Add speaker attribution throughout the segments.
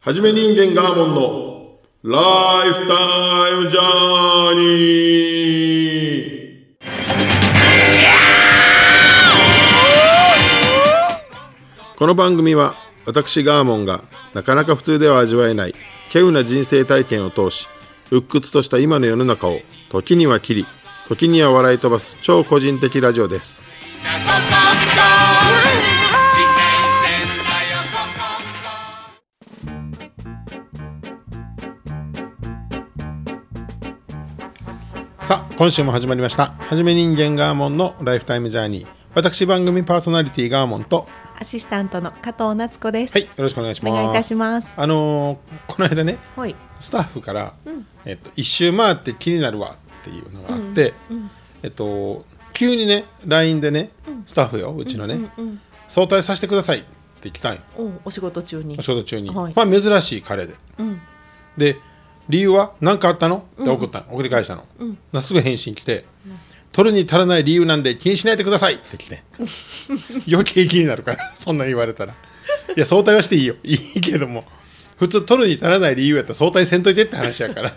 Speaker 1: はじめ人間ガーモンのライフタイムジャーニーこの番組は私ガーモンがなかなか普通では味わえない稀有な人生体験を通し鬱屈とした今の世の中を時には切り時には笑い飛ばす超個人的ラジオですさあ今週も始まりました「はじめ人間ガーモンのライフタイムジャーニー」私番組パーソナリティガーモンと
Speaker 2: アシスタントの加藤夏子です。
Speaker 1: はいよろしくお願いします
Speaker 2: お願いいたします
Speaker 1: あのーこの間ね
Speaker 2: はい。
Speaker 1: スタッフから、えっと「一周回って気になるわ」っていうのがあって、えっと急にね LINE でね、スタッフようちのね、早退させてください」って来たんよ
Speaker 2: おお仕事中に。
Speaker 1: お仕事中に、
Speaker 2: はい
Speaker 1: まあ珍しい彼で、で理由は何かあったのって送ったの、送り返したの、なすぐ返信来て、取るに足らない理由なんで気にしないでくださいって来 て余計気になるから そんなん言われたらいや早退はしていいよいいけども普通取るに足らない理由やったら早退せんといてって話 やからね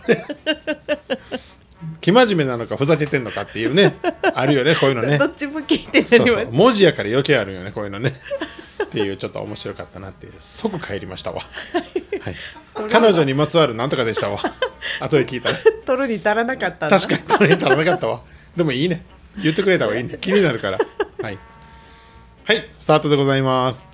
Speaker 1: 生真面目なのかふざけてんのかっていうねあるよねこういうのね
Speaker 2: どっちも聞いて
Speaker 1: そ
Speaker 2: な
Speaker 1: う
Speaker 2: り
Speaker 1: そ
Speaker 2: ま
Speaker 1: う
Speaker 2: す。
Speaker 1: 文字やから余計あるよねこういうのねっていうちょっと面白かったなっていう即帰りましたわ、はい、彼女にまつわるなんとかでしたわ後で聞いたら
Speaker 2: 取るに足らなかったんだ。
Speaker 1: 確かにこれ足らなかったわでもいいね言ってくれた方がいいね気になるからはいはいスタートでございます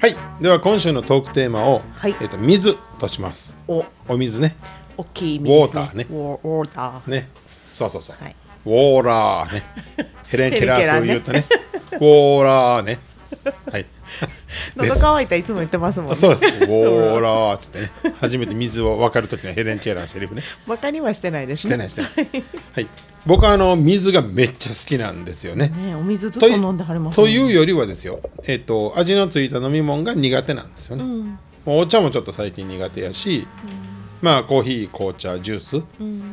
Speaker 1: はいでは今週のトークテーマを、
Speaker 2: はい
Speaker 1: えっと水とします
Speaker 2: お
Speaker 1: お水ね
Speaker 2: 大きい意味です
Speaker 1: ウォーターね
Speaker 2: ウォーウォーター。
Speaker 1: ねそうそうそう、
Speaker 2: はい
Speaker 1: ウォーラー ねヘレン・ケラー風言うとねウォーラーねはい で
Speaker 2: 喉
Speaker 1: す
Speaker 2: 乾いたらいつも言ってますもんね。
Speaker 1: そうですウォーラーっつ ってね初めて水を分かる時のヘレン・ケラーのセリフね
Speaker 2: バカにはしてないです
Speaker 1: し
Speaker 2: ね。
Speaker 1: てないしてない、はい、僕はあの水がめっちゃ好きなんですよね
Speaker 2: ねお水ずっ
Speaker 1: と
Speaker 2: と
Speaker 1: い
Speaker 2: 飲んではります
Speaker 1: と
Speaker 2: もんね。
Speaker 1: いうよりはですよ、えっと味のついた飲み物が苦手なんですよね、お茶もちょっと最近苦手やし、まあコーヒー紅茶ジュース、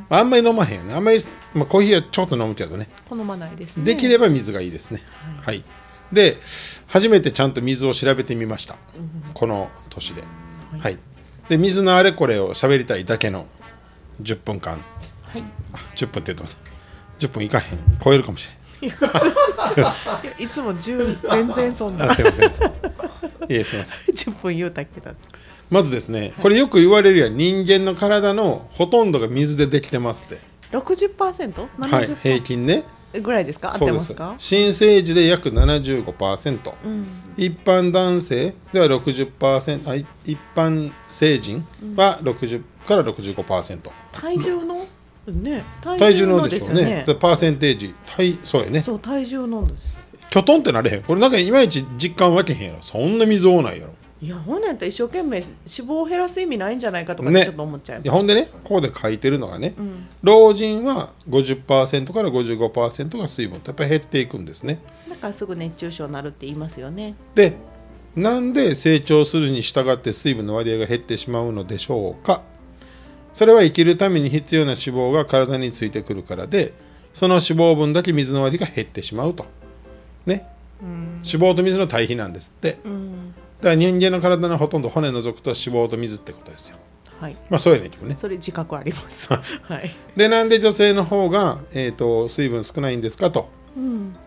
Speaker 1: あんまり飲まへんよねあんまり、まあ、コーヒーはちょっと飲むけどね
Speaker 2: 好まないですね。
Speaker 1: できれば水がいいですね。はい、で初めてちゃんと水を調べてみました、この年で。はい、で水のあれこれを喋りたいだけの10分間
Speaker 2: はい。
Speaker 1: あ10分って言ってます10分いかへん超えるかもし
Speaker 2: いつも十全然そ ん
Speaker 1: れな
Speaker 2: な
Speaker 1: いあすいませんすいま せんいえすいません
Speaker 2: 十分言うたけど。
Speaker 1: まずですねこれよく言われるやん人間の体のほとんどが水でできてますって、
Speaker 2: 六十パーセント？
Speaker 1: は
Speaker 2: 七
Speaker 1: い
Speaker 2: 十、
Speaker 1: 平均ね
Speaker 2: ぐらいですか？合っ
Speaker 1: そうで
Speaker 2: てます
Speaker 1: す
Speaker 2: か？
Speaker 1: 新生児で約75%、一般男性では60%あい一般成人は60から65%、
Speaker 2: 体重のね
Speaker 1: 体重のでしょう
Speaker 2: よ
Speaker 1: ねでパーセンテージ体そうやね
Speaker 2: そう体重のです。
Speaker 1: きょとんってなれへんこれなんかいまいち実感わけへんやろそんな水多ないやろ
Speaker 2: いや本年って一生懸命脂肪を減らす意味ないんじゃないかとか
Speaker 1: ね
Speaker 2: ちょっと思っちゃ
Speaker 1: い
Speaker 2: い
Speaker 1: や
Speaker 2: ます、
Speaker 1: ほんでねここで書いてるのがね、老人は50%から55%が水分とやっぱり減っていくんですね
Speaker 2: だからすぐ熱中症になるって言いますよね
Speaker 1: でなんで成長するに従って水分の割合が減ってしまうのでしょうかそれは生きるために必要な脂肪が体についてくるからでその脂肪分だけ水の割合が減ってしまうとね脂肪と水の対比なんですってだから人間の体のほとんど骨除くと脂肪と水ってことですよ
Speaker 2: はい
Speaker 1: まあそうやねんけどね
Speaker 2: それ自覚ありますはい
Speaker 1: でなんで女性の方が、えー、と水分少ないんですかと、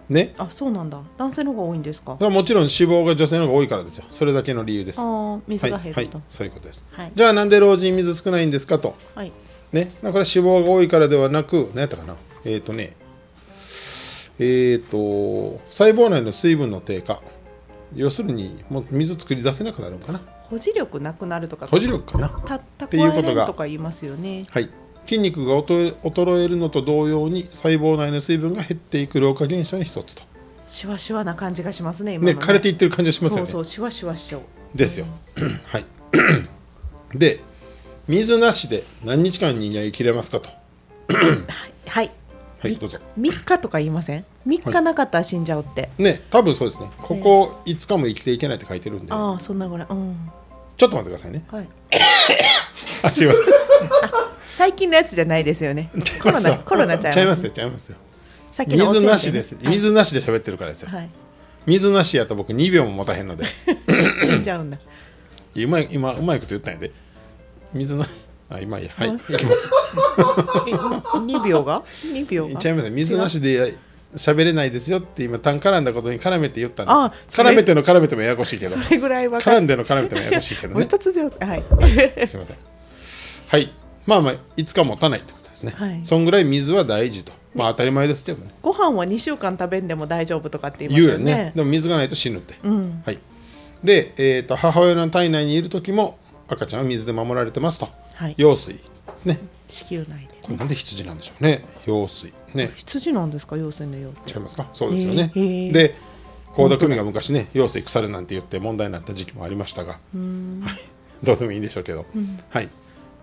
Speaker 1: ね
Speaker 2: あそうなんだ男性の方が多いんですか
Speaker 1: それはもちろん脂肪が女性の方が多いからですよそれだけの理由です
Speaker 2: あー水が減ると
Speaker 1: はいはい、そういうことです、
Speaker 2: はい
Speaker 1: じゃあなんで老人水少ないんですかと
Speaker 2: はい、
Speaker 1: ねだから脂肪が多いからではなく何やったかなえっ、とねえっ、と細胞内の水分の低下要するにもう水作り出せなくなるのかな
Speaker 2: 保持力なくなるとか
Speaker 1: 保持力かな
Speaker 2: た
Speaker 1: ていうことが
Speaker 2: 蓄えれんとか言いますよね
Speaker 1: はい筋肉が衰え衰えるのと同様に細胞内の水分が減っていく老化現象の一つと
Speaker 2: シワシワな感じがしますね今の
Speaker 1: ね枯れていってる感じがしますよ
Speaker 2: そう
Speaker 1: ね
Speaker 2: そうシワシワしちゃう
Speaker 1: ですよはい で水なしで何日間人間生きれますかと
Speaker 2: はい
Speaker 1: はいどうぞ
Speaker 2: 3日とか言いません3日なかったら死んじゃうって、
Speaker 1: ね多分そうですねここ5日も生きていけないって書いてるんでちょっ
Speaker 2: ああそんなぐらいうん
Speaker 1: と待ってくださいね
Speaker 2: はい
Speaker 1: あすいません
Speaker 2: 最近のやつじゃないですよね。コロナ、コロナちゃいます。
Speaker 1: よちゃいますよ
Speaker 2: さっきのお
Speaker 1: 水
Speaker 2: せんべい
Speaker 1: なしです水なしで喋ってるからですよ、
Speaker 2: はい
Speaker 1: 水なしやと僕2秒も持たへんので
Speaker 2: 死んじゃうんだ
Speaker 1: うまい今うまいこと言ったんやで水なしあ今いいやはいいきます
Speaker 2: 2秒が2秒
Speaker 1: い
Speaker 2: が
Speaker 1: っちゃいます水なしで喋れないですよって今単絡んだことに絡めて言ったん
Speaker 2: あ
Speaker 1: です
Speaker 2: それ
Speaker 1: 絡めての絡めてもややこしいけど
Speaker 2: それぐらい分か
Speaker 1: 絡
Speaker 2: る
Speaker 1: んでの絡めてもややこしい けど
Speaker 2: もう
Speaker 1: ね
Speaker 2: 一つ上手はい
Speaker 1: すみません。はい。まあまあ、いつか持たないってことですね。
Speaker 2: はい
Speaker 1: そんぐらい水は大事と。まあ当たり前ですけどね。
Speaker 2: ご飯は2週間食べんでも大丈夫とかって言い
Speaker 1: 言う
Speaker 2: ます
Speaker 1: よ
Speaker 2: よ
Speaker 1: ね
Speaker 2: ね
Speaker 1: でも水がないと死ぬって。
Speaker 2: うん
Speaker 1: はい。で、えーと、母親の体内にいる時も赤ちゃんは水で守られてますと。
Speaker 2: はい
Speaker 1: 羊水。ね。
Speaker 2: 子宮内で
Speaker 1: これなんで羊なんでしょうね。羊水。ね。
Speaker 2: 羊なんですか陽性のよう
Speaker 1: 違いますかそうですよね。
Speaker 2: へーへー
Speaker 1: で、高田久美が昔ね、羊水腐るなんて言って問題になった時期もありましたが、はい、 どうでもいいんでしょうけど。はい。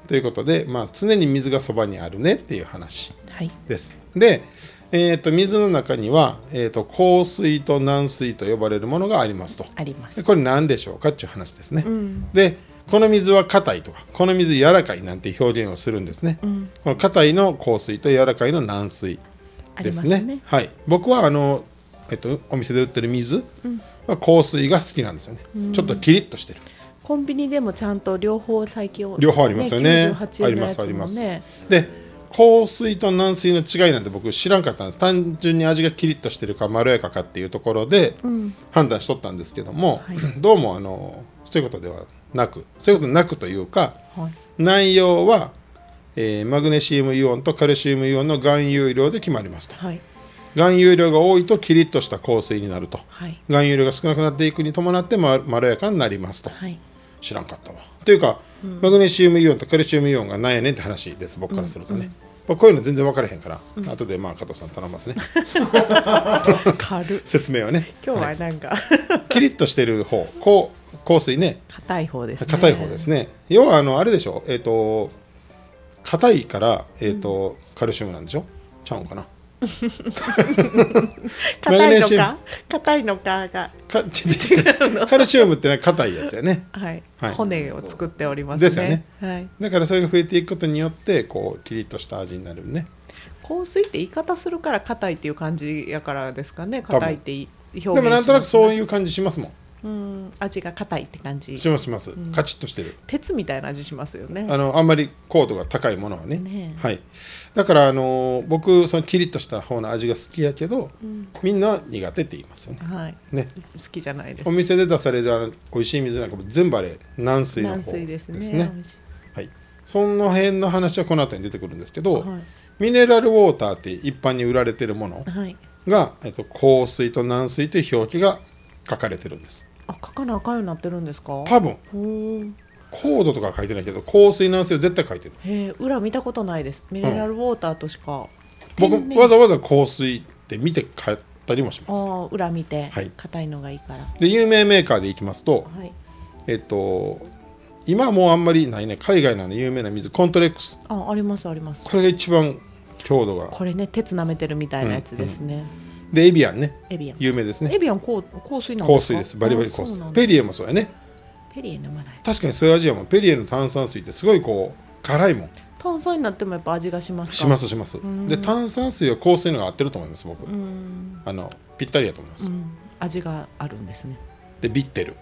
Speaker 1: ということで、まあ、常に水がそばにあるねっていう話。
Speaker 2: はい
Speaker 1: です。で、えー、と水の中には、えー、と硬水と軟水と呼ばれるものがありますと。
Speaker 2: あります
Speaker 1: でこれ何でしょうかっていう話ですね。でこの水は硬いとかこの水柔らかいなんて表現をするんですね。この硬いの硬水と柔らかいの軟水ですね。
Speaker 2: ありますね
Speaker 1: はい、僕はあの、えっとお店で売ってる水は硬水が好きなんですよね。ちょっとキリッとしてる。
Speaker 2: コンビニでもちゃんと両方最近
Speaker 1: 両方ありますよね。
Speaker 2: 98
Speaker 1: あり
Speaker 2: 円の
Speaker 1: ま
Speaker 2: や
Speaker 1: すあ
Speaker 2: つ
Speaker 1: り
Speaker 2: も
Speaker 1: ます
Speaker 2: ね。
Speaker 1: で、硬水と軟水の違いなんて僕知らんかったんです。単純に味がキリッとしてるかまろやかかっていうところで判断しとったんですけども、
Speaker 2: はい
Speaker 1: どうもあのそういうことではなく、そういうことなくというか、
Speaker 2: はい
Speaker 1: 内容は、えーマグネシウムイオンとカルシウムイオンの含有量で決まりますと。
Speaker 2: はい
Speaker 1: 含有量が多いとキリッとした硬水になると。
Speaker 2: はい
Speaker 1: 含有量が少なくなっていくに伴ってままろやかになりますと。
Speaker 2: はい
Speaker 1: 知らんかったわ。というか、マグネシウムイオンとカルシウムイオンがなんやねんって話です僕からするとね、まあこういうの全然分からへんから、後でまあ加藤さん頼みますね
Speaker 2: 軽っ
Speaker 1: 説明はね
Speaker 2: 今日
Speaker 1: い
Speaker 2: はなんか
Speaker 1: キリッとしてる方こう香水ね
Speaker 2: 硬い方ですね
Speaker 1: 硬い方ですね要はあのあれでしょえっ、と硬いから、えーとカルシウムなんでしょちゃうん かなマグ
Speaker 2: 硬い
Speaker 1: ネ
Speaker 2: の
Speaker 1: シウム
Speaker 2: か硬いのかが
Speaker 1: か 違うカルシウムってなんか硬いやつやね
Speaker 2: はい、
Speaker 1: はい
Speaker 2: 骨を作っておりますね
Speaker 1: ですよね
Speaker 2: はい、
Speaker 1: だからそれが増えていくことによってこうキリッとした味になるね
Speaker 2: 香水って言い方するから硬いっていう感じやからですかね
Speaker 1: 分
Speaker 2: 硬いってい表現し
Speaker 1: でもなんとなくそう
Speaker 2: う
Speaker 1: いう感じしますもん
Speaker 2: うん味が硬いって感じ
Speaker 1: しますします、カチッとしてる
Speaker 2: 鉄みたいな味しますよね
Speaker 1: あのあんまり高度が高いものはね
Speaker 2: ねえ
Speaker 1: はい、だから、あのー僕そのキリッとした方の味が好きやけど、みんな苦手って言いますよね
Speaker 2: はい
Speaker 1: ね
Speaker 2: 好きじゃないです
Speaker 1: お店で出されるあの美味しい水なんかも全部あれ軟水の
Speaker 2: 軟
Speaker 1: 方
Speaker 2: 水ですね美味し
Speaker 1: はい、その辺の話はこの後に出てくるんですけど、
Speaker 2: は
Speaker 1: ミネラルウォーターって一般に売られてるもの
Speaker 2: いはい
Speaker 1: が、えっと、硬水と軟水という表記が書かれてるんです
Speaker 2: あ書かなあかんようになってるんですか
Speaker 1: 多分
Speaker 2: おー
Speaker 1: 高度とかは書いてないけど硬水軟水は絶対書いてる
Speaker 2: へえ裏見たことないですミネラルウォーターとしか、
Speaker 1: 僕
Speaker 2: 天然
Speaker 1: わざわざ香水って見て買ったりもし
Speaker 2: あ
Speaker 1: ます
Speaker 2: ー裏見て
Speaker 1: はい
Speaker 2: 硬、い、のがいいから
Speaker 1: で有名メーカーでいきますと
Speaker 2: はい
Speaker 1: えっと今はもうあんまりないね海外のあの有名な水コントレックス
Speaker 2: あありますあります
Speaker 1: これが一番強度が
Speaker 2: これね鉄舐めてるみたいなやつですね、
Speaker 1: でエビアンね
Speaker 2: エビアン
Speaker 1: 有名ですね
Speaker 2: エビアン香香水なん
Speaker 1: 香
Speaker 2: で
Speaker 1: 水
Speaker 2: すか
Speaker 1: ですバリバリ香
Speaker 2: あそう
Speaker 1: 水
Speaker 2: なんだ
Speaker 1: ペリエもそうやね
Speaker 2: ペリエ飲まない
Speaker 1: 確かにそういう味やもんペリエの炭酸水ってすごいこう辛いもん
Speaker 2: 炭酸になってもやっぱ味がしますか
Speaker 1: しますしますで炭酸水は香水のが合ってると思います僕
Speaker 2: うん、
Speaker 1: あのぴったりやと思いま
Speaker 2: う
Speaker 1: す
Speaker 2: ん、味があるんですね、
Speaker 1: でビッテル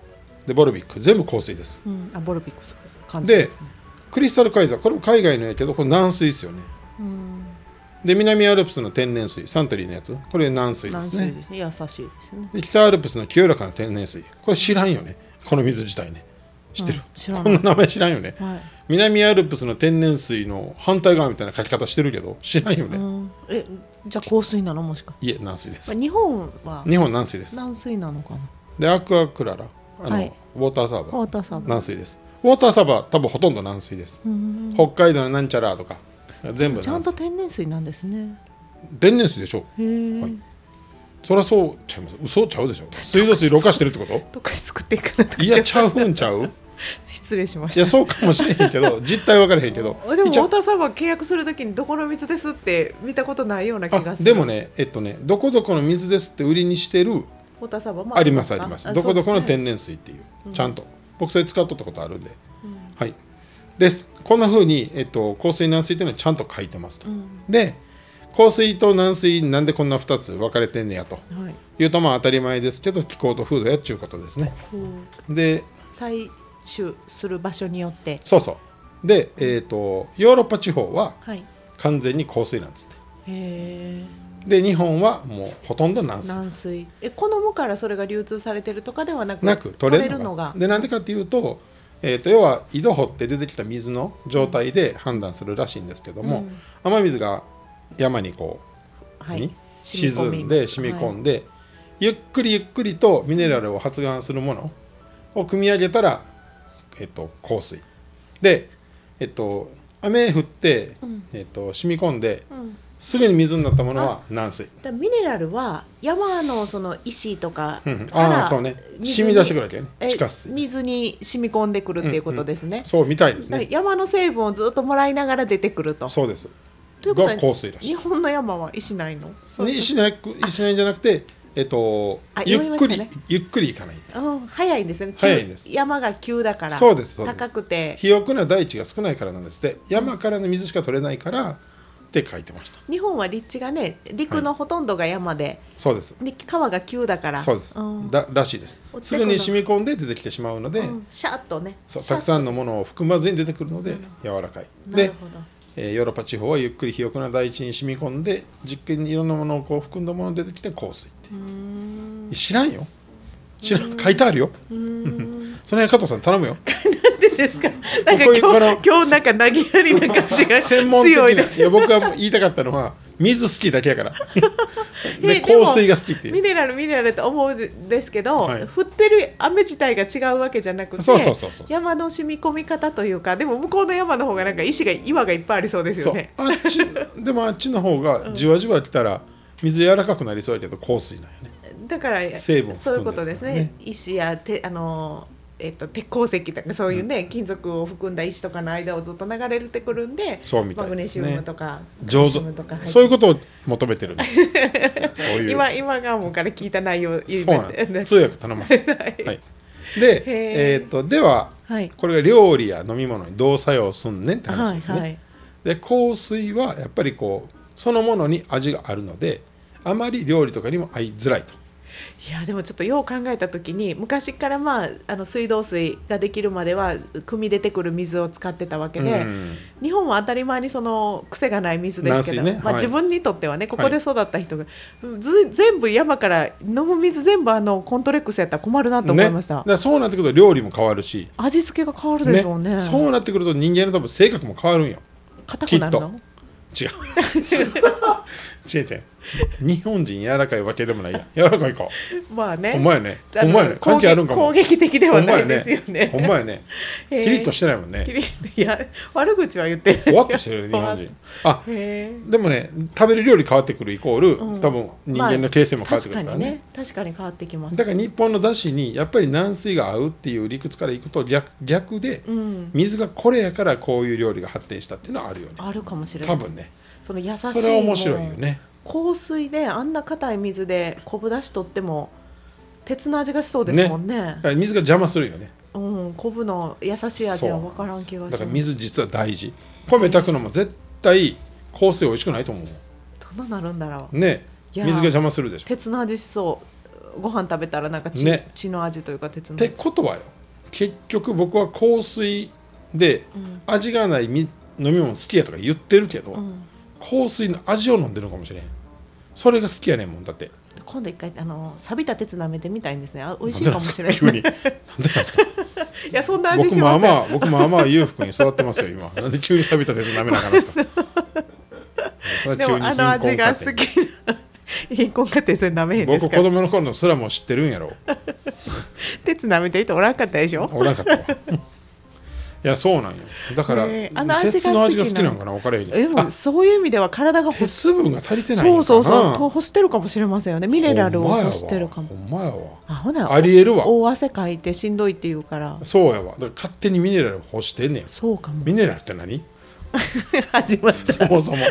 Speaker 1: でボルビック全部香水です
Speaker 2: うん、あボルビックス感じですね
Speaker 1: クリスタルカイザーこれも海外のやけどこれ軟水ですよね
Speaker 2: うん
Speaker 1: で南アルプスの天然水サントリーのやつこれ軟水で
Speaker 2: 軟
Speaker 1: す
Speaker 2: 水
Speaker 1: ね
Speaker 2: ですね優しいですね
Speaker 1: で北アルプスの清らかな天然水これ知らんよねこの水自体ね知ってる、
Speaker 2: うん知らない
Speaker 1: こんな名前知らんよね
Speaker 2: はい、
Speaker 1: 南アルプスの天然水の反対側みたいな書き方してるけど知らんよね、
Speaker 2: うん、えじゃあ香水なのもしか
Speaker 1: いえ軟水です
Speaker 2: 日本は
Speaker 1: 日本軟水です
Speaker 2: 軟水なのかな
Speaker 1: でアクアクララあの、
Speaker 2: はい
Speaker 1: ウォーターサーバ
Speaker 2: ウォ
Speaker 1: ー
Speaker 2: ーターサーバー
Speaker 1: 軟水ですウォーターサーバー多分ほとんど軟水です、
Speaker 2: うん
Speaker 1: 北海道のなんちゃらとか全部
Speaker 2: ちゃ
Speaker 1: 軟
Speaker 2: んと
Speaker 1: 水
Speaker 2: 天然水なんですね
Speaker 1: 天然水でしょ
Speaker 2: へえ、
Speaker 1: はいそりゃそうちゃいます嘘ちゃう でしょ水道水ろ過してるってこ
Speaker 2: どっかで作っていかな
Speaker 1: といやちゃうんちゃ う
Speaker 2: 失礼しま
Speaker 1: い
Speaker 2: し
Speaker 1: や
Speaker 2: た
Speaker 1: そうかもしれへんけど実態分からへんけど
Speaker 2: でもウォ
Speaker 1: 一応
Speaker 2: ーターサーバー契約するときにどこの水ですって見たことないような気が
Speaker 1: あ
Speaker 2: する
Speaker 1: でもねえっとねどこどこの水ですって売りにしてる
Speaker 2: ウォーターサーバーも
Speaker 1: ありますあ
Speaker 2: の
Speaker 1: り
Speaker 2: か
Speaker 1: ます
Speaker 2: あ
Speaker 1: どこどこの
Speaker 2: そう
Speaker 1: 天然水っていう、ちゃんと僕それ使っとったことあるんで、はいですこんなふうに、えっと、香水軟水っていうのはちゃんと書いてますと、で硬水と軟水なんでこんな2つ分かれてんねやと
Speaker 2: はい
Speaker 1: いうとまあ当たり前ですけど気候と風土やっちゅうことですね
Speaker 2: こう
Speaker 1: で
Speaker 2: 採取する場所によって
Speaker 1: そうそうでえっ、とヨーロッパ地方は
Speaker 2: はい
Speaker 1: 完全に硬水なんですって
Speaker 2: へえ
Speaker 1: で日本はもうほとんど軟水
Speaker 2: 軟水え好むからそれが流通されてるとかではなく
Speaker 1: なく取れ
Speaker 2: る
Speaker 1: る
Speaker 2: の
Speaker 1: のが
Speaker 2: が
Speaker 1: でなんでかっていうと,、えー、と要は井戸掘って出てきた水の状態で判断するらしいんですけども、
Speaker 2: うん
Speaker 1: 雨水が山にこう何沈んで染み込ん
Speaker 2: で、
Speaker 1: で、ゆっくりゆっくりとミネラルを発がんするものを組み上げたら、えっと硬水で、えっと雨降って、
Speaker 2: うん
Speaker 1: えっと染み込んで
Speaker 2: はいうん
Speaker 1: すぐに水になったものは軟水。
Speaker 2: だからミネラルは山のその石とか
Speaker 1: うんうん、
Speaker 2: か
Speaker 1: あ
Speaker 2: ら
Speaker 1: あそうね
Speaker 2: 水に
Speaker 1: 染み出してくるわけよね
Speaker 2: え
Speaker 1: 地下水
Speaker 2: 水に染み込んでくるっていうことですね。
Speaker 1: そうみたいです
Speaker 2: だから
Speaker 1: ね
Speaker 2: 山の成分をずっともらいながら出てくると。
Speaker 1: そうです
Speaker 2: ということ
Speaker 1: が硬水らしい
Speaker 2: 日本の山は石ないの。そう
Speaker 1: にしないしないんじゃなくて、えっと
Speaker 2: あ、
Speaker 1: ゆっくり、
Speaker 2: 言いました
Speaker 1: ゆっくり行かないと。
Speaker 2: うん、早いんですね。急
Speaker 1: 早いんです
Speaker 2: 山が急だから。
Speaker 1: そうですそうです
Speaker 2: 高くて。
Speaker 1: 肥沃な大地が少ないからなんですって山からの水しか取れないからって書いてました
Speaker 2: 日本は立地がね、陸のほとんどが山で、
Speaker 1: そうです
Speaker 2: で川が急だから。
Speaker 1: そうです、
Speaker 2: ん
Speaker 1: だらしいです
Speaker 2: 落ち
Speaker 1: す
Speaker 2: てくる
Speaker 1: ぐ
Speaker 2: の
Speaker 1: に染み込んで出てきてしまうので、
Speaker 2: うんシャーッとね。
Speaker 1: そうたく
Speaker 2: ん。
Speaker 1: さんのものを含まずに出てくるので柔らかい
Speaker 2: な
Speaker 1: で
Speaker 2: る、ほど。
Speaker 1: えーヨーロッパ地方はゆっくり肥沃な大地に染み込んで実験にいろんなものをこう含んだものが出てきて硬水って
Speaker 2: うーん。
Speaker 1: 知らんよ知らん書いてあるよ
Speaker 2: うーん。
Speaker 1: その辺加藤さん頼む よ
Speaker 2: ですか。なんか
Speaker 1: こういう
Speaker 2: 今
Speaker 1: この
Speaker 2: 日今日なんか投げやりな感じが
Speaker 1: 専門的
Speaker 2: 強い
Speaker 1: な
Speaker 2: で
Speaker 1: い
Speaker 2: す。
Speaker 1: や僕はもう言いたかったのは水好きだけやから
Speaker 2: え
Speaker 1: で
Speaker 2: でも
Speaker 1: 香水が好きってい
Speaker 2: ミ
Speaker 1: う
Speaker 2: ネラルミネラルと思うんですけど、
Speaker 1: はい
Speaker 2: 降ってる雨自体が違うわけじゃなくて
Speaker 1: そうそうそうそう
Speaker 2: 山の染み込み方というかでも向こうの山の方がなんか石が岩がいっぱいありそうです
Speaker 1: そ
Speaker 2: よ
Speaker 1: う
Speaker 2: ね。
Speaker 1: あっちでもあっちの方がじわじわ来たら水柔らかくなりそうやけど香水なんやね
Speaker 2: だから
Speaker 1: 成分を含んでる
Speaker 2: そういうことですね
Speaker 1: ね
Speaker 2: 石やてあのえっと、鉄鉱石とかそういうね、金属を含んだ石とかの間をずっと流れてくるんで
Speaker 1: そうみた
Speaker 2: マ
Speaker 1: い
Speaker 2: グネ
Speaker 1: です
Speaker 2: シウ
Speaker 1: ね
Speaker 2: ムとか
Speaker 1: 上手
Speaker 2: カルシウムとか入って
Speaker 1: そういうことを求めてるんです そういう
Speaker 2: 今今がもうから聞いた内容言い
Speaker 1: そうなん です通訳頼ますはいで、
Speaker 2: へー
Speaker 1: えーっとでは
Speaker 2: はい
Speaker 1: これが料理や飲み物にどう作用すんねんって話ですね、
Speaker 2: はいはい
Speaker 1: で香水はやっぱりこうそのものに味があるのであまり料理とかにも合いづらいと
Speaker 2: いやでもちょっとよう考えた時に昔から、まあ、あの水道水ができるまでは汲み出てくる水を使ってたわけで、
Speaker 1: うん
Speaker 2: 日本は当たり前にその癖がない水ですけど、
Speaker 1: 軟水ね
Speaker 2: まあ、
Speaker 1: はい
Speaker 2: 自分にとってはねここで育った人が、ず全部山から飲む水全部あのコントレックスやったら困るなと思いまし
Speaker 1: ね、
Speaker 2: た、
Speaker 1: だからそうなってくると料理も変わるし、
Speaker 2: 味付けが変わるでしょうね
Speaker 1: そうなってくると人間の多分性格も変わるんよ
Speaker 2: 硬くなるの
Speaker 1: き違う 違う違う日本人柔らかいわけでもないや柔らかいか
Speaker 2: まあね
Speaker 1: ほんまやね
Speaker 2: あ
Speaker 1: ほ
Speaker 2: の
Speaker 1: んまやね
Speaker 2: 攻
Speaker 1: 関
Speaker 2: 撃
Speaker 1: 係あるんかも
Speaker 2: 攻撃的で
Speaker 1: ほ
Speaker 2: は
Speaker 1: んま
Speaker 2: な
Speaker 1: や
Speaker 2: いですよね
Speaker 1: ほんまやねキ
Speaker 2: へー
Speaker 1: リッとしてないもん
Speaker 2: キ
Speaker 1: ね
Speaker 2: リッいや悪口は言ってない
Speaker 1: ふわっとして るよね日本人あ
Speaker 2: へー
Speaker 1: でもね食べる料理変わってくるイコール、
Speaker 2: うん
Speaker 1: 多分人間の形成も変わってくるからね,、
Speaker 2: 確かにね確かに変わってきます
Speaker 1: だから日本のだしにやっぱり軟水が合うっていう理屈からいくと逆逆で、
Speaker 2: うん
Speaker 1: 水がこれやからこういう料理が発展したっていうのはあるよね
Speaker 2: あるかもしれな
Speaker 1: 多
Speaker 2: い
Speaker 1: 分ね
Speaker 2: その優しい
Speaker 1: それは面白いよね
Speaker 2: 香水であんな硬い水で昆布だし取っても鉄の味がしそうですもんね
Speaker 1: だから水が邪魔するよね
Speaker 2: うん昆布の優しい味は分からん気がします
Speaker 1: だから水実は大事米炊くのも絶対香水美味しくないと思う
Speaker 2: どんななるんだろう
Speaker 1: ね水
Speaker 2: いやー
Speaker 1: が邪魔するでしょ
Speaker 2: 鉄の味しそうご飯食べたらなんか血,、
Speaker 1: ね
Speaker 2: 血の味というか鉄の
Speaker 1: っ
Speaker 2: 味
Speaker 1: てことはよ結局僕は香水で
Speaker 2: うん
Speaker 1: 味がないみ飲み物好きやとか言ってるけど、
Speaker 2: うん
Speaker 1: 香水の味を飲んでるのかもしれんそれが好きやねんもんだって
Speaker 2: 今度一回あの錆びた鉄舐めてみたいんですねあ美味しいかもしれない
Speaker 1: んでんですか急になんでなんですか
Speaker 2: いやそんな 味
Speaker 1: 僕
Speaker 2: し
Speaker 1: まあ
Speaker 2: ま
Speaker 1: ま
Speaker 2: せん
Speaker 1: あ僕まあまあ裕福に育ってますよ今なんで急に錆びた鉄舐めなあかんですかそれは
Speaker 2: で
Speaker 1: 急
Speaker 2: も
Speaker 1: に
Speaker 2: あの味が
Speaker 1: 貧困家庭
Speaker 2: 好きな 貧困家庭それ舐めへんです
Speaker 1: 僕
Speaker 2: か
Speaker 1: 子
Speaker 2: ら
Speaker 1: 供の頃のすらも知ってるんやろ
Speaker 2: 鉄舐めてる人おらんかったでしょ
Speaker 1: おらんかったわいやそうなんよだから、
Speaker 2: ねえあの味が
Speaker 1: 鉄の味が
Speaker 2: 好
Speaker 1: 好
Speaker 2: き
Speaker 1: き
Speaker 2: なの
Speaker 1: なんかな分からへんけ
Speaker 2: で
Speaker 1: ど
Speaker 2: も
Speaker 1: あ
Speaker 2: そういう意味では体が欲し
Speaker 1: 鉄分が足りてないのか
Speaker 2: そう
Speaker 1: な
Speaker 2: そうそうと欲してるかもしれませんよねミネラルを
Speaker 1: ほんまやわ
Speaker 2: 欲してる
Speaker 1: ほ
Speaker 2: かも
Speaker 1: んまやわ
Speaker 2: あほな
Speaker 1: ありえるわ
Speaker 2: 大汗かいてしんどいっていうから
Speaker 1: そうやわだから勝手にミネラルを欲してんねん
Speaker 2: そうかも
Speaker 1: ミネラルって何
Speaker 2: 始まった
Speaker 1: そもそも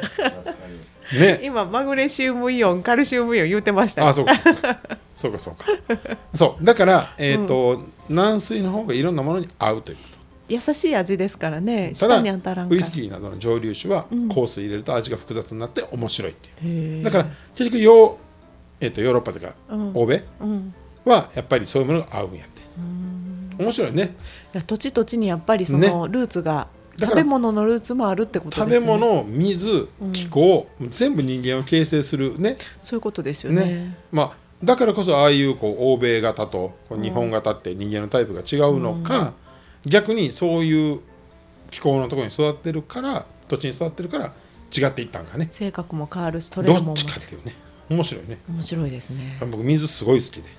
Speaker 1: ね
Speaker 2: 今マグネシウムイオンカルシウムイオン言ってました
Speaker 1: あそうかそうかそうかそうかそうだからえっ、と軟水の方がいろんなものに合うということ
Speaker 2: 優しい味ですからね
Speaker 1: た
Speaker 2: 舌に当たら
Speaker 1: だ
Speaker 2: ん
Speaker 1: ウ
Speaker 2: から
Speaker 1: イスキーなどの蒸留酒は香水入れると味が複雑になって面白いっていう、
Speaker 2: へえ
Speaker 1: だから結局ヨ,、えっとヨーロッパというか、
Speaker 2: うん
Speaker 1: 欧米
Speaker 2: うん
Speaker 1: はやっぱりそういうものが合うんやって面白いね
Speaker 2: いや土地土地にやっぱりそのルーツが、
Speaker 1: だか
Speaker 2: 食
Speaker 1: ら
Speaker 2: べ物のルーツもあるってこと
Speaker 1: 食
Speaker 2: で
Speaker 1: べ
Speaker 2: すよね
Speaker 1: 物水気候、全部人間を形成するね
Speaker 2: そういうことですよね
Speaker 1: ねまあだからこそああいうこう欧米型とこう日本型って人間のタイプが違うのか、逆にそういう気候のところに育ってるから土地に育ってるから違っていったんかね
Speaker 2: 性格も変わるしトレ
Speaker 1: ど
Speaker 2: ーも
Speaker 1: っ
Speaker 2: 面
Speaker 1: ちか
Speaker 2: 白
Speaker 1: っていうね面白いね
Speaker 2: い面白いですね
Speaker 1: 僕水すごい好きで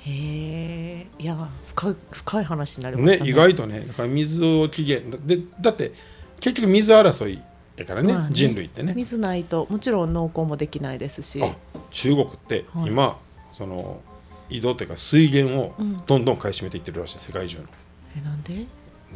Speaker 2: へえいや深い深い話になりまし
Speaker 1: ね
Speaker 2: たね
Speaker 1: 意外とねだから水を起源だでだって結局水争いだからね,、
Speaker 2: まあね
Speaker 1: 人類ってね
Speaker 2: 水ないともちろん農耕もできないですし
Speaker 1: あ中国って今、その井戸というか水源を
Speaker 2: うん
Speaker 1: どんどん買い占めていってるらしい世界中の
Speaker 2: えなんで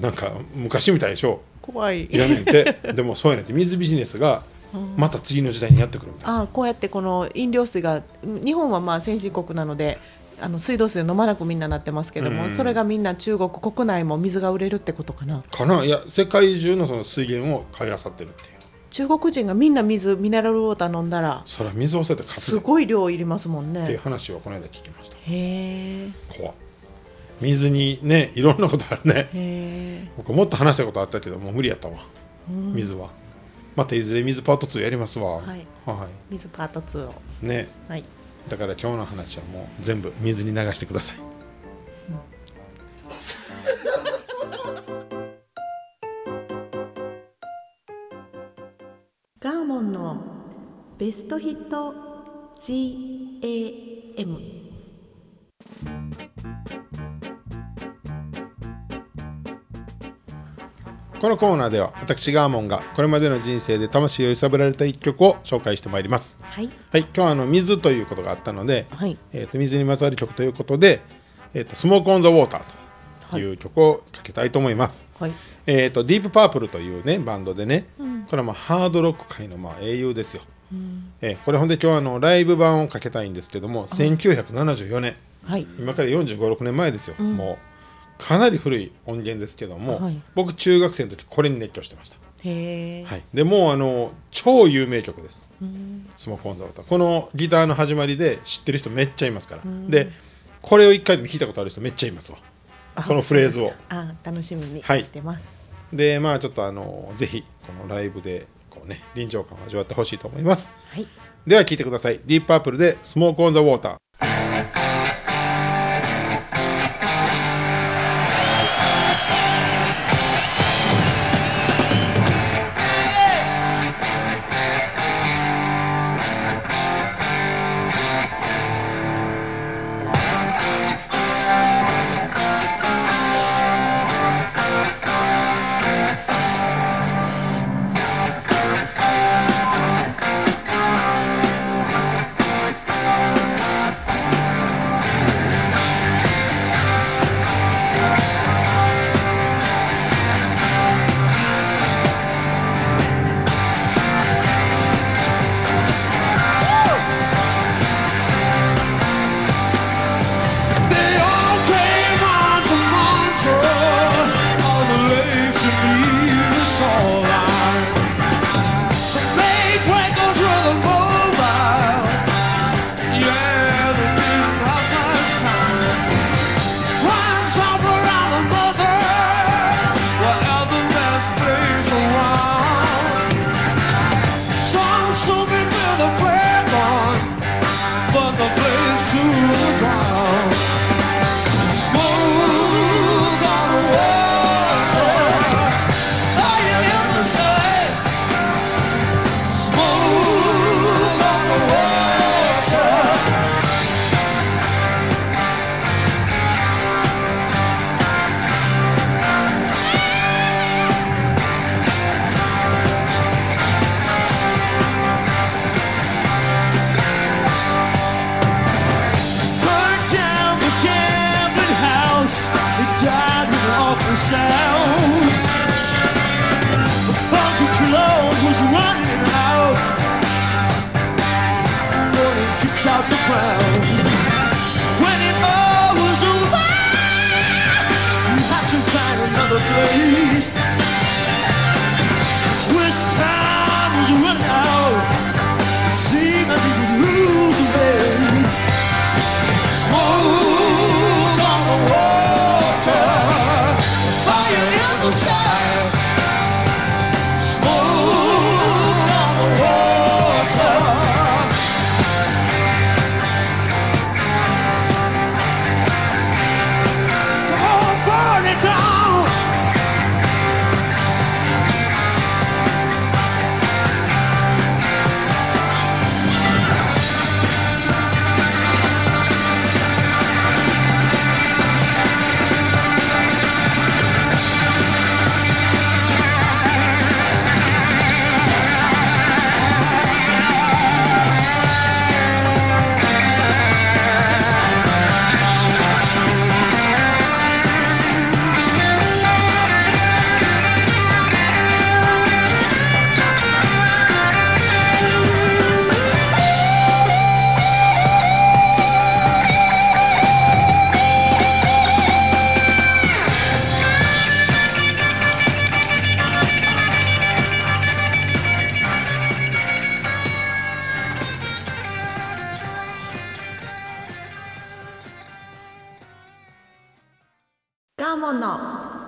Speaker 1: なんか昔みたいでしょ
Speaker 2: 怖い
Speaker 1: いらねんて でもそうやねんって水ビジネスが
Speaker 2: うん
Speaker 1: また次の時代にやってくるみたいな
Speaker 2: あこうやってこの飲料水が日本はまあ先進国なのであの水道水飲まなくみんななってますけども、
Speaker 1: うん
Speaker 2: それがみんな中国国内も水が売れるってことかな
Speaker 1: かないや世界中のその水源を買い漁ってるっていう
Speaker 2: 中国人がみんな水ミネラルウォーター飲んだら
Speaker 1: そりゃ水を捨てて勝つ
Speaker 2: す
Speaker 1: でっ
Speaker 2: ごい量いりますもん
Speaker 1: ていう
Speaker 2: ね
Speaker 1: 話をこの間聞きました
Speaker 2: へえ
Speaker 1: 怖っ水にねいろんなことあるね
Speaker 2: へえ、
Speaker 1: 僕もっと話したことあったけどもう無理やったわ
Speaker 2: うん
Speaker 1: 水は、またいずれ水パート2やりますわ
Speaker 2: はい、
Speaker 1: は
Speaker 2: 水パート2を
Speaker 1: いね
Speaker 2: はい
Speaker 1: だから今日の話はもう全部水に流してください
Speaker 2: ガーモンのベストヒット GAM
Speaker 1: このコーナーでは私ガーモンがこれまでの人生で魂を揺さぶられた一曲を紹介してまいります
Speaker 2: はい
Speaker 1: はい今日はあの水ということがあったので、
Speaker 2: はい
Speaker 1: えー、と水にまつわる曲ということで「えー、とスモーク・オン・ザ・ウォーター」という曲をかけたいと思います、
Speaker 2: はい
Speaker 1: えー、とディープパープルというねバンドでね、これはまあハードロック界のまあ英雄ですよ、えーこれほんで今日はあのライブ版をかけたいんですけども1974年
Speaker 2: はい
Speaker 1: 今から4 5 6年前ですよ、もうかなり古い音源ですけども、
Speaker 2: はい
Speaker 1: 僕中学生の時これに熱狂してました、
Speaker 2: へえ、
Speaker 1: はい、でもうあの超有名曲です「スモーク・オン・ザ・ウォーター」このギターの始まりで知ってる人めっちゃいますから、でこれを1回でも弾いたことある人めっちゃいますわ
Speaker 2: あ
Speaker 1: このフレーズを
Speaker 2: あ楽しみに
Speaker 1: はい
Speaker 2: してます、
Speaker 1: でまあちょっとあのぜひこのライブでこうね臨場感を味わってほしいと思います
Speaker 2: はい
Speaker 1: では聴いてくださいディープパープルで「スモーク・オン・ザ・ウォーター」
Speaker 3: 「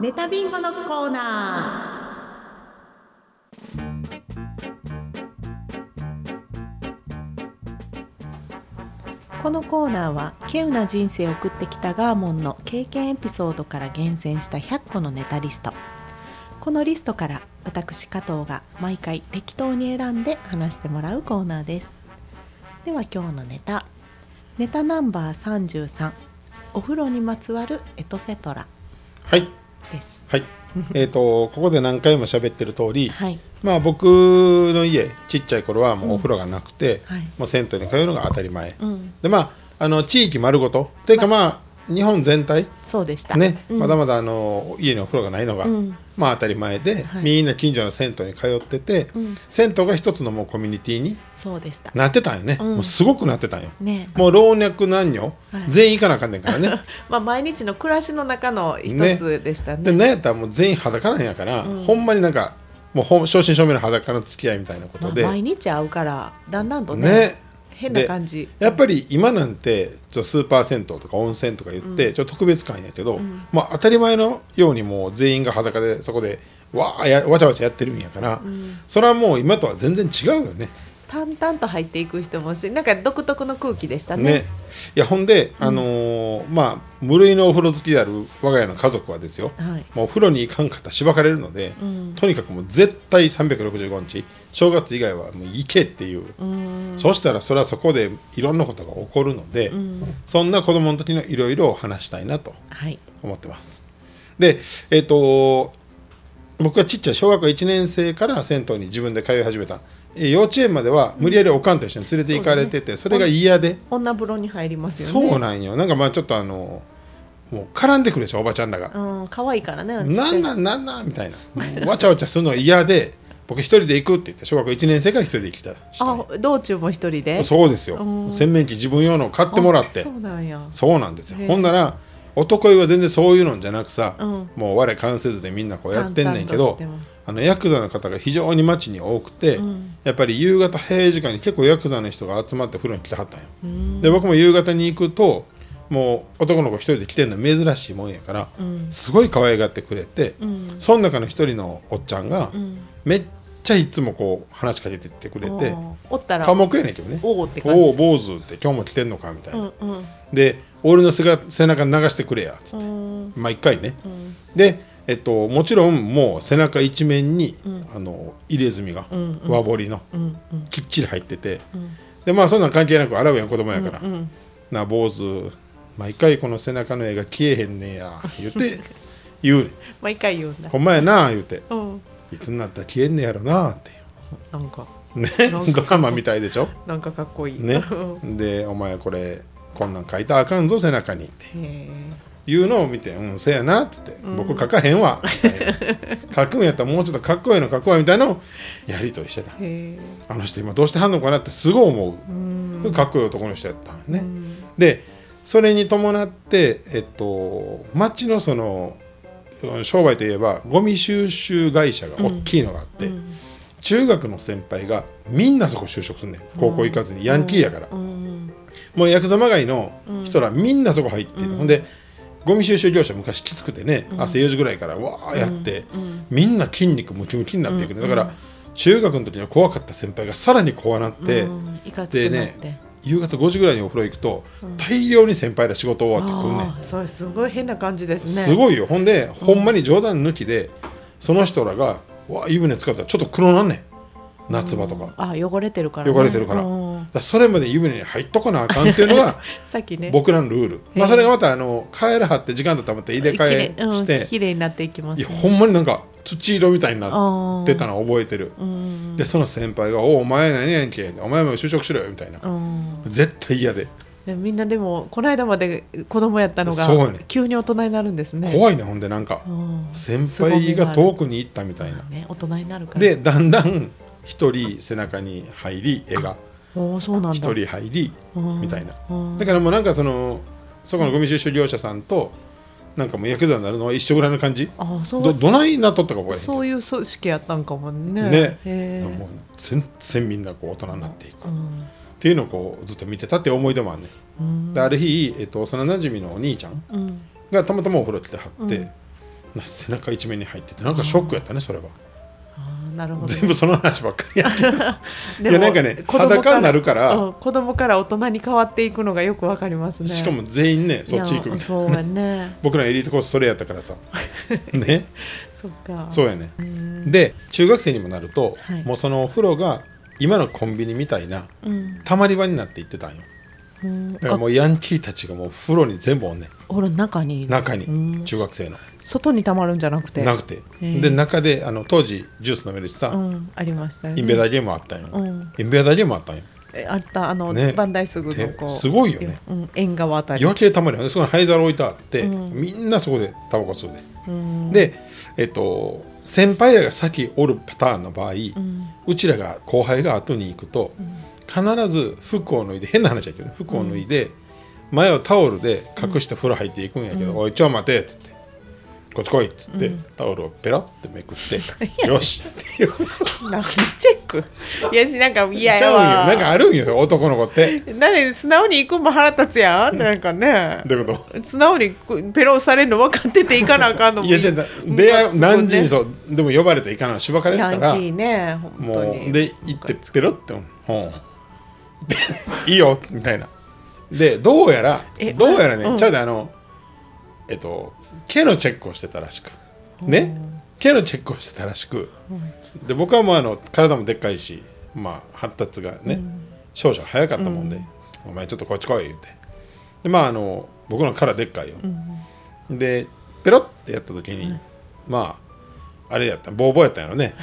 Speaker 3: ネタビンゴのコーナー。このコーナーは稀有な人生を送ってきたガーモンの経験エピソードから厳選した100個のネタリストこのリストから私加藤が毎回適当に選んで話してもらうコーナーですでは今日のネタネタナンバー33お風呂にまつわるエトセトラ
Speaker 1: はい
Speaker 3: です
Speaker 1: はいえっとここで何回も喋ってる通り、
Speaker 3: はい
Speaker 1: まあ僕の家ちっちゃい頃はもうお風呂がなくて、
Speaker 3: はい
Speaker 1: もう銭湯に通うのが当たり前、
Speaker 3: うん
Speaker 1: でまああの地域丸ごとというかまあ日本全体
Speaker 3: そうでした
Speaker 1: ね、
Speaker 3: うん
Speaker 1: まだまだあの家にお風呂がないのが、
Speaker 3: うん
Speaker 1: まあ当たり前で、
Speaker 3: はい
Speaker 1: みんな近所の銭湯に通ってて、
Speaker 3: うん
Speaker 1: 銭湯が一つのもうコミュニティに
Speaker 3: そうでした
Speaker 1: なってたんよね、
Speaker 3: うん
Speaker 1: もうすごくなってたんよ
Speaker 3: ね
Speaker 1: もう老若男女、
Speaker 3: はい
Speaker 1: 全員行かなあかんねんからね
Speaker 2: まあ、毎日の暮らしの中の一つでした
Speaker 1: で
Speaker 2: ね。
Speaker 1: なんやったらもう全員裸なんやから、ほんまになんかもうほん正真正銘の裸の付き合いみたいなこ
Speaker 2: まあ
Speaker 1: とで、
Speaker 2: 毎日会うからだんだんとね
Speaker 1: ね
Speaker 2: 変な感じ。
Speaker 1: やっぱり今なんてちょっとスーパー銭湯とか温泉とか言って、ちょっと特別感やけど、まあ、当たり前のようにもう全員が裸でそこでわあやわちゃわちゃやってるんやから、それはもう今とは全然違うよね。
Speaker 2: 淡々と入っていく人もしなんか独特の空気でした
Speaker 1: ね
Speaker 2: ね。
Speaker 1: いやほんで、あのーまあ無類のお風呂好きである我が家の家族はですよ、
Speaker 2: はい
Speaker 1: もうお風呂に行かんかったらしばかれるので、
Speaker 2: ん
Speaker 1: とにかくもう絶対365日正月以外はもう行けっていう。
Speaker 2: うん
Speaker 1: そしたらそれはそこでいろんなことが起こるので、そんな子供の時のいろいろを話したいなと
Speaker 2: はい
Speaker 1: 思ってます。で、えっ、と僕がちっちゃい小学校1年生から銭湯に自分で通い始めた。えー幼稚園までは無理やりおかんと一緒に連れて行かれてて、それが嫌で、
Speaker 2: 女風呂に入りますよね。
Speaker 1: そうなんよ。なんかまあちょっとあのもう絡んでくるでしょおばちゃんらが。
Speaker 2: うん可愛いからね。ちっちゃ
Speaker 1: ないんなんなんなんみたいな。もうわちゃわちゃするの嫌で、僕一人で行くって言って小学校1年生から一人で行きたしたんよ
Speaker 2: あ道中も一人で。
Speaker 1: そうですよ
Speaker 2: うん
Speaker 1: 洗面器自分用のを買ってもらって
Speaker 2: あそうなんや。
Speaker 1: そうなんですよ
Speaker 2: へえ
Speaker 1: ほんなら男湯は全然そういうのんじゃなくさ、
Speaker 2: うん
Speaker 1: もう我関せずでみんなこうやってんねんけ
Speaker 2: 淡々とし
Speaker 1: ど
Speaker 2: てます
Speaker 1: あのヤクザの方が非常に街に多くて、
Speaker 2: うん
Speaker 1: やっぱり夕方平時間に結構ヤクザの人が集まって風呂に来てはったんよ、で僕も夕方に行くともう男の子一人で来てるの珍しいもんやから、
Speaker 2: うん
Speaker 1: すごい可愛がってくれて、
Speaker 2: うん
Speaker 1: その中の一人のおっちゃんが、
Speaker 2: ん
Speaker 1: めっちゃいつもこう話しかけてってくれて、
Speaker 2: おーおったら
Speaker 1: 寡黙やねんけどね
Speaker 2: おーって感じ
Speaker 1: おお坊主って今日も来てんのかみたいうな、
Speaker 2: んうん
Speaker 1: で俺の背が背中流してくれやつって、
Speaker 2: うん
Speaker 1: まあ一回ね、で、えっと、もちろんもう背中一面に、あの入れ墨が、和彫りの、
Speaker 2: うんうん
Speaker 1: きっちり入ってて、でまあそんなん関係なく洗うやん子供やから、なあ坊主毎回この背中の絵が消えへんねや言う て言うねん
Speaker 2: 毎回言うんだ
Speaker 1: ほ。んまやな言うて
Speaker 2: うん
Speaker 1: いつになったら消えんねやろなって
Speaker 2: なんか
Speaker 1: ね
Speaker 2: なんか
Speaker 1: ドラマみたいでしょ
Speaker 2: なんかかっこいい。
Speaker 1: ね
Speaker 2: うん、
Speaker 1: でお前これこんなん書いたらあかんぞ背中にって
Speaker 2: へ
Speaker 1: いうのを見て「うんせやな」っつって「僕書かへん わ」みたいな書くんやったらもうちょっとかっこいいの書くわ」みたいなのをやり取りしてた
Speaker 2: えへえ
Speaker 1: あの人今どうしてはんのかなってすごい思うかっこいい男の人やったんねでそれに伴ってえっと町のそのうん商売といえばゴミ収集会社が大きいのがあって、中学の先輩がみんなそこ就職すんねん高校行かずにヤンキーやから、
Speaker 2: うん
Speaker 1: もうヤクザまがいの人らみんなそこ入ってる、ほんでゴミ収集業者昔きつくてね朝4時ぐらいからわーやって、みんな筋肉ムキムキになっていくねだから中学の時には怖かった先輩がさらに怖なって、
Speaker 2: うんいかつ
Speaker 1: で
Speaker 2: くなって。
Speaker 1: ね夕方5時ぐらいにお風呂行くと大量に先輩ら仕事終わってくんねん
Speaker 2: ああ、そうすごい変な感じですね。
Speaker 1: すごいよほんでほんまに冗談抜きでその人らがわー湯船使ったらちょっと黒なんねん夏場とか
Speaker 2: ああ汚れてるから、ね。
Speaker 1: 汚れてるから,、
Speaker 2: うん
Speaker 1: それまで湯船に入っとかなあかんっていうのが
Speaker 2: さっきね。
Speaker 1: 僕らのルール、
Speaker 2: え
Speaker 1: ま
Speaker 2: え
Speaker 1: あ、それがまたあの帰らはって時間とたまって入れ替え
Speaker 2: きれい
Speaker 1: し
Speaker 2: うん
Speaker 1: て、
Speaker 2: 綺麗になっていきます、
Speaker 1: い
Speaker 2: ね。
Speaker 1: やほんまになんか土色みたいに
Speaker 2: あ
Speaker 1: な
Speaker 2: ー
Speaker 1: ってたのを覚えてる、
Speaker 2: うん
Speaker 1: でその先輩が「おお前何やんけお前も就職しろよ」みたいな、
Speaker 2: うん
Speaker 1: 絶対嫌で
Speaker 2: でみんなでもこの間まで子供やったのが
Speaker 1: そうやね
Speaker 2: 急に大人になるんですね。
Speaker 1: 怖いねほんでなんか
Speaker 2: うん
Speaker 1: 先輩が遠くに行ったみたいな
Speaker 2: 凄みがあるね大人になるから。
Speaker 1: でだんだん一人背中に入り絵が
Speaker 2: おおそうなんだ。
Speaker 1: 一人入り
Speaker 2: うん
Speaker 1: みたいな
Speaker 2: うん
Speaker 1: だからもうなんかそのそこのゴミ収集業者さんとなんかもうヤクザになるのは一緒ぐらいの感じ
Speaker 2: ああそう
Speaker 1: どどないなっとったか覚えへんけど
Speaker 2: そういう組織やったんかもね。
Speaker 1: ね
Speaker 2: へえ
Speaker 1: もう全然みんなこう大人になっていく、
Speaker 2: う
Speaker 1: っ
Speaker 2: ん
Speaker 1: ていうのをこうずっと見てたって思い出もあんね、ん、である日、えっと幼なじみのお兄ちゃん
Speaker 2: うん
Speaker 1: がたまたまお風呂来てはって、な背中一面に入っててなんかショックやったねそれは
Speaker 2: あーなるほど
Speaker 1: 全部その話ばっかりや ってる
Speaker 2: で
Speaker 1: い
Speaker 2: も
Speaker 1: やなんかね
Speaker 2: 子供
Speaker 1: 裸になるから
Speaker 2: うん子供から大人に変わっていくのがよくわかりますね
Speaker 1: しかも全員ね
Speaker 2: い
Speaker 1: そ
Speaker 2: や
Speaker 1: っち行くみたい
Speaker 2: そうや ね
Speaker 1: 僕らエリートコースそれやった からさね
Speaker 2: そっか
Speaker 1: そうやねで中学生にもなると、
Speaker 3: はい
Speaker 1: もうそのお風呂が今のコンビニみたいな
Speaker 3: うん
Speaker 1: たまり場になっていってたんよ
Speaker 3: うん
Speaker 1: だからもうヤンキーたちがもう風呂に全部おんねん
Speaker 3: あほら中にいる
Speaker 1: 中
Speaker 3: うん
Speaker 1: に中学生の
Speaker 2: 外にたまるんじゃなくて
Speaker 1: なくて、
Speaker 3: へえ
Speaker 1: で中であの当時ジュース飲めるしさ、
Speaker 2: うんありましたよね
Speaker 1: インベーダーゲームあったんよ、
Speaker 2: うん
Speaker 1: インベーダーゲームあったんよ
Speaker 2: えあったあの、
Speaker 1: ね
Speaker 2: バンダイすぐのこう
Speaker 1: てすごいよね、
Speaker 2: うん、縁側あたり
Speaker 1: 夜景たまり場でそこに灰皿置いてあって、
Speaker 2: うん
Speaker 1: みんなそこでタバコ吸うで、
Speaker 2: うん
Speaker 1: でえっと先輩らが先おるパターンの場合、
Speaker 2: う
Speaker 1: うんちらが後輩が後に行くと、必ず服を脱いで変な話だけどね服を脱いで、前をタオルで隠して風呂入っていくんやけど「おいちょ待て」っつって「こっち来い」っつって、タオルをペラってめく って「よし」っていう
Speaker 2: なんでチェックいやしなんか嫌
Speaker 1: ちゃ
Speaker 2: や
Speaker 1: うん
Speaker 2: わ
Speaker 1: よなんかあるんよ男の子って
Speaker 2: なんで素直に行くんも腹立つやんなんかね
Speaker 1: どういうこと
Speaker 2: 素直にペロされるの分かってて行かなあかんのも
Speaker 1: いやじゃあ出会う何時に
Speaker 2: う
Speaker 1: そうでも呼ばれていかないしばかれる
Speaker 2: ヤ
Speaker 1: か
Speaker 2: ンキ
Speaker 1: ら
Speaker 2: ーね本当
Speaker 1: も
Speaker 2: に
Speaker 1: うで行ってペロって「ほん」 いいよ」みたいなでどうやら
Speaker 2: え
Speaker 1: どうやらね、
Speaker 2: うん
Speaker 1: ちゃうであのえっと毛のチェックをしてたらしくね毛のチェックをしてたらしくで僕はもうあの体もでっかいし、まあ、発達がね、少々早かったもんで「お前ちょっとこっち来い」言うてでまああの僕の体でっかいよ、でペロってやった時に、まああれやったボーボーやったんやろね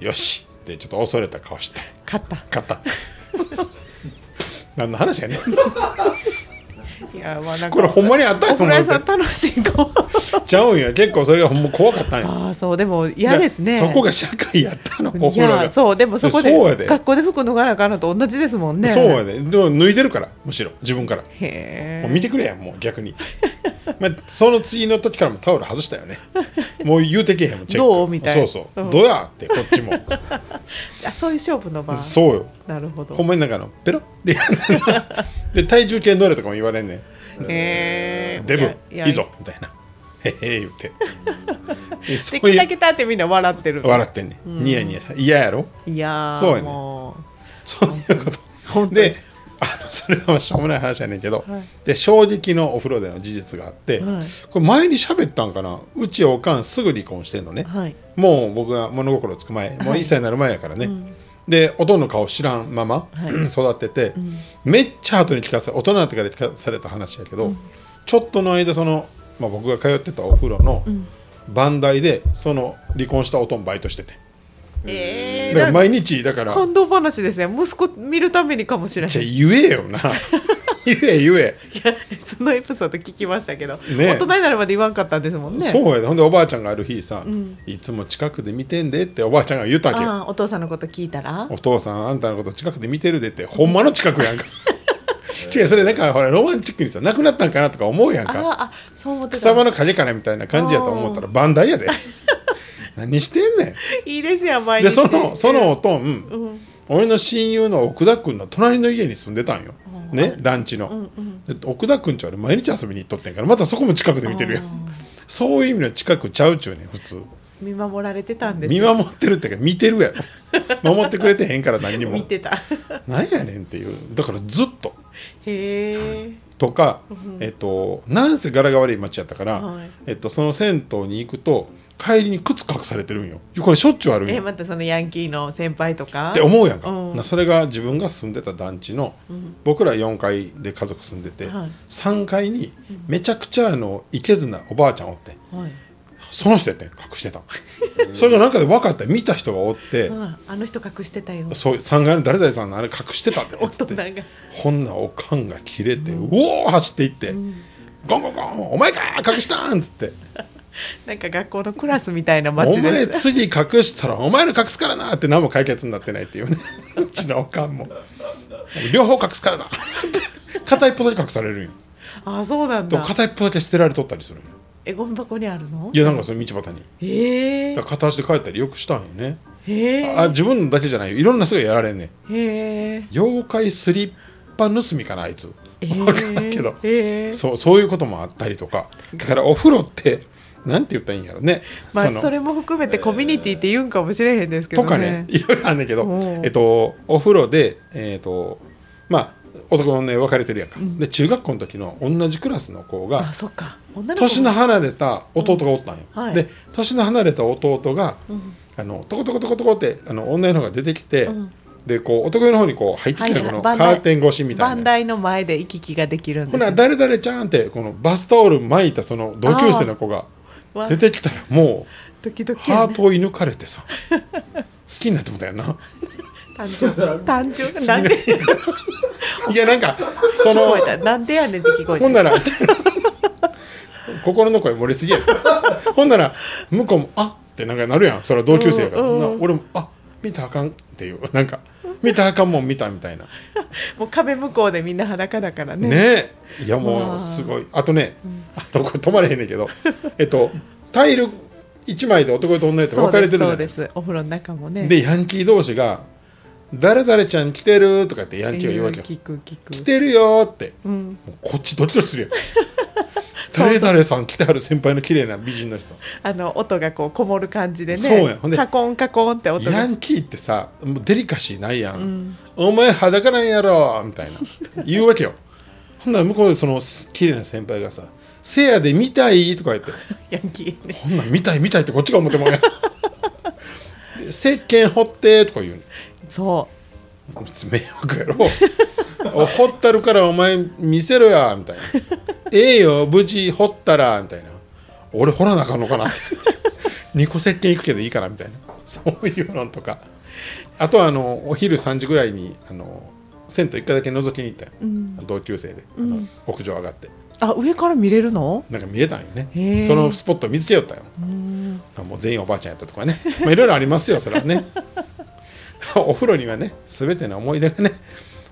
Speaker 1: よしってちょっと恐れた顔して
Speaker 2: 勝った
Speaker 1: 勝った 何の話やねん
Speaker 2: いやまあなんか
Speaker 1: これほんまにあったんや
Speaker 2: お
Speaker 1: と思
Speaker 2: 風呂屋
Speaker 1: う
Speaker 2: さん楽しい子
Speaker 1: けどちゃうんや結構それがほんま怖かったんや
Speaker 2: ああそうでも嫌ですね
Speaker 1: そこが社会やったのお
Speaker 2: い
Speaker 1: 風呂が
Speaker 2: やそうでもそこで
Speaker 1: そうやで
Speaker 2: 学校で服脱がなあかんのと同じですもんね
Speaker 1: そうやででも脱いでるからむしろ自分から
Speaker 2: へ
Speaker 1: もう
Speaker 2: え
Speaker 1: 見てくれやもう逆に まあその次の時からもタオル外した よねもう言うてけへんもんチェック
Speaker 2: どうみたいな
Speaker 1: そうそう、
Speaker 2: うん
Speaker 1: どうやってこっ ちも
Speaker 2: あそういう勝負の場
Speaker 1: そうよ
Speaker 2: なるほど
Speaker 1: ほんまになんかあのペロってやるで体重計乗れとかも言われんねん
Speaker 2: へえ
Speaker 1: デ
Speaker 2: い
Speaker 1: ブ
Speaker 2: や
Speaker 1: いいぞみたいな「へへ」言うてえそ
Speaker 2: で
Speaker 1: う
Speaker 2: きた
Speaker 1: いう
Speaker 2: けたってみんな笑ってる
Speaker 1: 笑ってんねんニヤニヤ嫌やろ
Speaker 2: いやー
Speaker 1: そうやね
Speaker 2: も
Speaker 1: そういうこと
Speaker 2: う本当に
Speaker 1: であのそれはしょうもない話やねんけど、
Speaker 2: はい
Speaker 1: で衝撃のお風呂での事実があって、
Speaker 2: はい
Speaker 1: これ前に喋ったんかなうちおかんすぐ離婚してんのね、
Speaker 2: はい
Speaker 1: もう僕が物心つく前もう1歳になる前やからね、でおとんの顔知らんまま、
Speaker 2: はい
Speaker 1: 育ってて、めっちゃ後に聞かさ大人になってから聞かされた話やけど、ちょっとの間その、まあ、僕が通ってたお風呂の番台でその離婚したおとんバイトしてて
Speaker 2: え
Speaker 1: だ
Speaker 2: え
Speaker 1: から
Speaker 2: ー、
Speaker 1: 毎日だから
Speaker 2: 感動話ですね息子見るためにかもしれない
Speaker 1: じゃあ言え よな言え言え、
Speaker 2: いや そのエピソード聞きましたけど、
Speaker 1: ね
Speaker 2: 大人になるまで言わんかったんですもんね
Speaker 1: そうやでほんでおばあちゃんがある日さ、
Speaker 2: ん
Speaker 1: いつも近くで見てんでっておばあちゃんが言ったわけよ
Speaker 2: ああお父さんのこと聞いたら
Speaker 1: お父さんあんたのこと近くで見てるでってほんまの近くやん か違うそれなんかほらロマンチックにさなくなったんかなとか思うやん
Speaker 2: あ
Speaker 1: か
Speaker 2: ああそう思ってた
Speaker 1: 草場の影かなみたいな感じやと思ったら番台やで 何してんね
Speaker 2: いいですよ毎
Speaker 1: ん
Speaker 2: 日
Speaker 1: でそのそのおとん、
Speaker 2: うん
Speaker 1: 俺の親友の奥田君の隣の家に住んでたんよ、ね団地の、で奥田君ちゃ俺毎日遊びに行っとってんからまたそこも近くで見てるやんそういう意味の近くちゃうちゅうねん普通
Speaker 2: 見守られてたんです
Speaker 1: 見守ってるってか見てるや ろ守ってくれてへんから何にも
Speaker 2: 見てた
Speaker 1: なんやねんっていうだからずっと
Speaker 2: へえ
Speaker 1: とか、えっとなんせ柄が悪い町やったから、
Speaker 2: はい
Speaker 1: えっと、その銭湯に行くと帰りに靴隠されてるんよこれしょっちゅうあるん
Speaker 2: え
Speaker 1: よ
Speaker 2: またそのヤンキーの先輩とか
Speaker 1: って思うやんか、
Speaker 2: うん
Speaker 1: なそれが自分が住んでた団地の、僕ら4階で家族住んでて、
Speaker 2: はい
Speaker 1: 3階にめちゃくちゃあのいけずなおばあちゃんおって
Speaker 2: はい
Speaker 1: その人やってん隠して たそれがなんかで分かった見た人がおって、
Speaker 2: うんあの人隠してたよ
Speaker 1: そう3階の誰々さんのあれ隠して たって
Speaker 2: 大
Speaker 1: っつっ
Speaker 2: 人
Speaker 1: て
Speaker 2: が
Speaker 1: ほんなおかんが切れて、うおー走っていって、ゴンゴンゴンお前かー隠したんっつって
Speaker 2: なんか学校のクラスみたいな
Speaker 1: お
Speaker 2: 街
Speaker 1: 前
Speaker 2: で
Speaker 1: 次隠したらお前の隠すからなって何も解決になってないっていう ねうちのおかんも両方隠すからなって片一方だけ隠されるんよ
Speaker 2: あそうなん
Speaker 1: で
Speaker 2: だ
Speaker 1: も片一方だけ捨てられとったりするんよ
Speaker 2: えゴミ箱にあるの
Speaker 1: いやなんかその道端に
Speaker 2: へえ
Speaker 1: だから片足で帰ったりよくしたんよね
Speaker 2: へえ
Speaker 1: あ自分だけじゃないよいろんな人がやられんねん
Speaker 2: へえ
Speaker 1: 妖怪スリッパ盗みかなあいつ分からんけど
Speaker 2: へえ
Speaker 1: そうそういうこともあったりとかだからお風呂ってなんて言ったらいいんやろね。
Speaker 2: まあ
Speaker 1: の
Speaker 2: それも含めてコミュニティって言うんかもしれへんですけど
Speaker 1: とか
Speaker 2: ね。
Speaker 1: ね、いろいろあんねんけど
Speaker 2: おう、
Speaker 1: えっと、お風呂で、えっと、まあ、男の女に分かれてるやんか、で中学校の時の同じクラスの子が
Speaker 2: あそっか。女の子も
Speaker 1: 年の離れた弟がおったんよ、
Speaker 2: うんはい
Speaker 1: で年の離れた弟が、
Speaker 2: うん
Speaker 1: あのトコトコトコトコってあの女湯の方が出てきて、
Speaker 2: うん
Speaker 1: でこう男湯の方にこう入ってきたの
Speaker 2: はい
Speaker 1: こ
Speaker 2: はい
Speaker 1: の
Speaker 2: バ
Speaker 1: カ
Speaker 2: ンダイ
Speaker 1: ーテン越しみた
Speaker 2: バ
Speaker 1: い
Speaker 2: ン
Speaker 1: な。
Speaker 2: ダイの前で行き来ができるん
Speaker 1: ほ
Speaker 2: で
Speaker 1: な
Speaker 2: すよ。
Speaker 1: 誰々ちゃんってこのバスタオル巻いたその同級生の子が
Speaker 2: わ
Speaker 1: 出てきたらも
Speaker 2: 時
Speaker 1: う
Speaker 2: 々
Speaker 1: ハ
Speaker 2: や
Speaker 1: ー
Speaker 2: ね
Speaker 1: トを射抜かれてさ好きになってもうたやんな。
Speaker 2: 誕生日誕生 日なんで
Speaker 1: いやなんかそ
Speaker 2: 聞
Speaker 1: の
Speaker 2: こえたなんでやねんって聞こえ
Speaker 1: ほんな
Speaker 2: た。
Speaker 1: ら心の声漏れすぎやろほんなら向こうも「あってなんかなるやんそれは同級生やから、
Speaker 2: うんうん
Speaker 1: な俺も「あ見たらあかん」っていうなんか「見たらあかんもん見た」みたいな
Speaker 2: もう壁向こうでみんな裸だからね。
Speaker 1: ねえいやも
Speaker 2: まあ
Speaker 1: うすごいあとね、あのこれ止まれへんねんけどえっとタイル1枚で男と女と
Speaker 2: そう
Speaker 1: 分か
Speaker 2: で
Speaker 1: れ
Speaker 2: す
Speaker 1: てるじ
Speaker 2: そ
Speaker 1: ゃ
Speaker 2: う
Speaker 1: ない
Speaker 2: です。お風呂の中もね。
Speaker 1: でヤンキー同士が「誰々ちゃん来てる」とかってヤンキーが言うわけよ
Speaker 2: 聞く聞
Speaker 1: 来
Speaker 2: く。
Speaker 1: てるよーって
Speaker 2: うん。
Speaker 1: もうこっちドキドキするやん誰々さん来てはる先輩の綺麗な美人の人
Speaker 2: あの音がこうこもる感じでね。
Speaker 1: そうやほんで
Speaker 2: カコンカコンって音
Speaker 1: ヤ
Speaker 2: が。
Speaker 1: ンキーってさもうデリカシーないやん、お前裸なんやろみたいな言うわけよほんなら向こうでその綺麗な先輩がさ「せやで見たい」とか言って
Speaker 2: ヤンキー
Speaker 1: 「
Speaker 2: ね。
Speaker 1: こんなん見たい見たい」ってこっちが思ってもらえんで石鹸掘って」とか言うの
Speaker 2: そ
Speaker 1: 迷惑やろ掘ったるからお前見せろやみたいなええよ無事掘ったらみたいな俺掘らなあかんのかなって2個石鹸いくけどいいかなみたいなそういうのとかあとはあのお昼3時ぐらいにあの銭湯1回だけ覗きに行ったよ、同級生であの、屋上上がって
Speaker 2: う。あ上から見れるの？
Speaker 1: なんか見れたんよ
Speaker 2: へえ
Speaker 1: ねそのスポット見つけよったよもう全員おばあちゃんやったとかねまあいろいろありますよそれはね お風呂にはね全ての思い出がね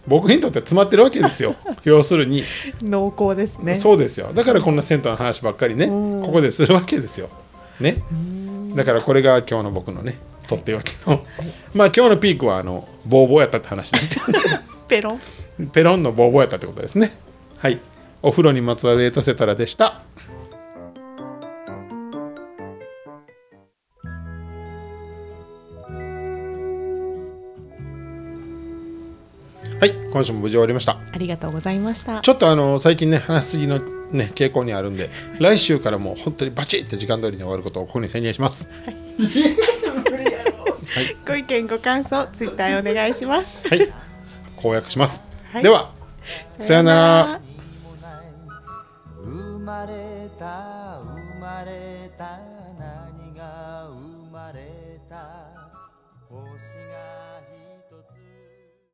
Speaker 1: 僕にとって詰まってるわけ ですよ要するに、
Speaker 2: 濃厚ですね。
Speaker 1: そうですよだからこんな銭湯の話ばっかりね
Speaker 2: うん
Speaker 1: ここでするわけですよねだからこれが今日の僕のねとってわけのまあ今日のピークはあのボーボーやったって話ですけど
Speaker 2: ペロン。
Speaker 1: ペロンのボーボーやったってことですね。はい。お風呂にまつわるエイトセトラでした。はい、今週も無事終わりました。
Speaker 3: ありがとうございました
Speaker 1: ちょっとあの最近ね話しすぎのね傾向にあるんで、来週からもう本当にバチって時間通りに終わることをここに宣言します。
Speaker 2: ご意見ご感想ツイッターお願いします。
Speaker 1: はい、公約します。
Speaker 2: はい
Speaker 1: では、さようなら。。
Speaker 4: 生まれた生まれた何が生まれた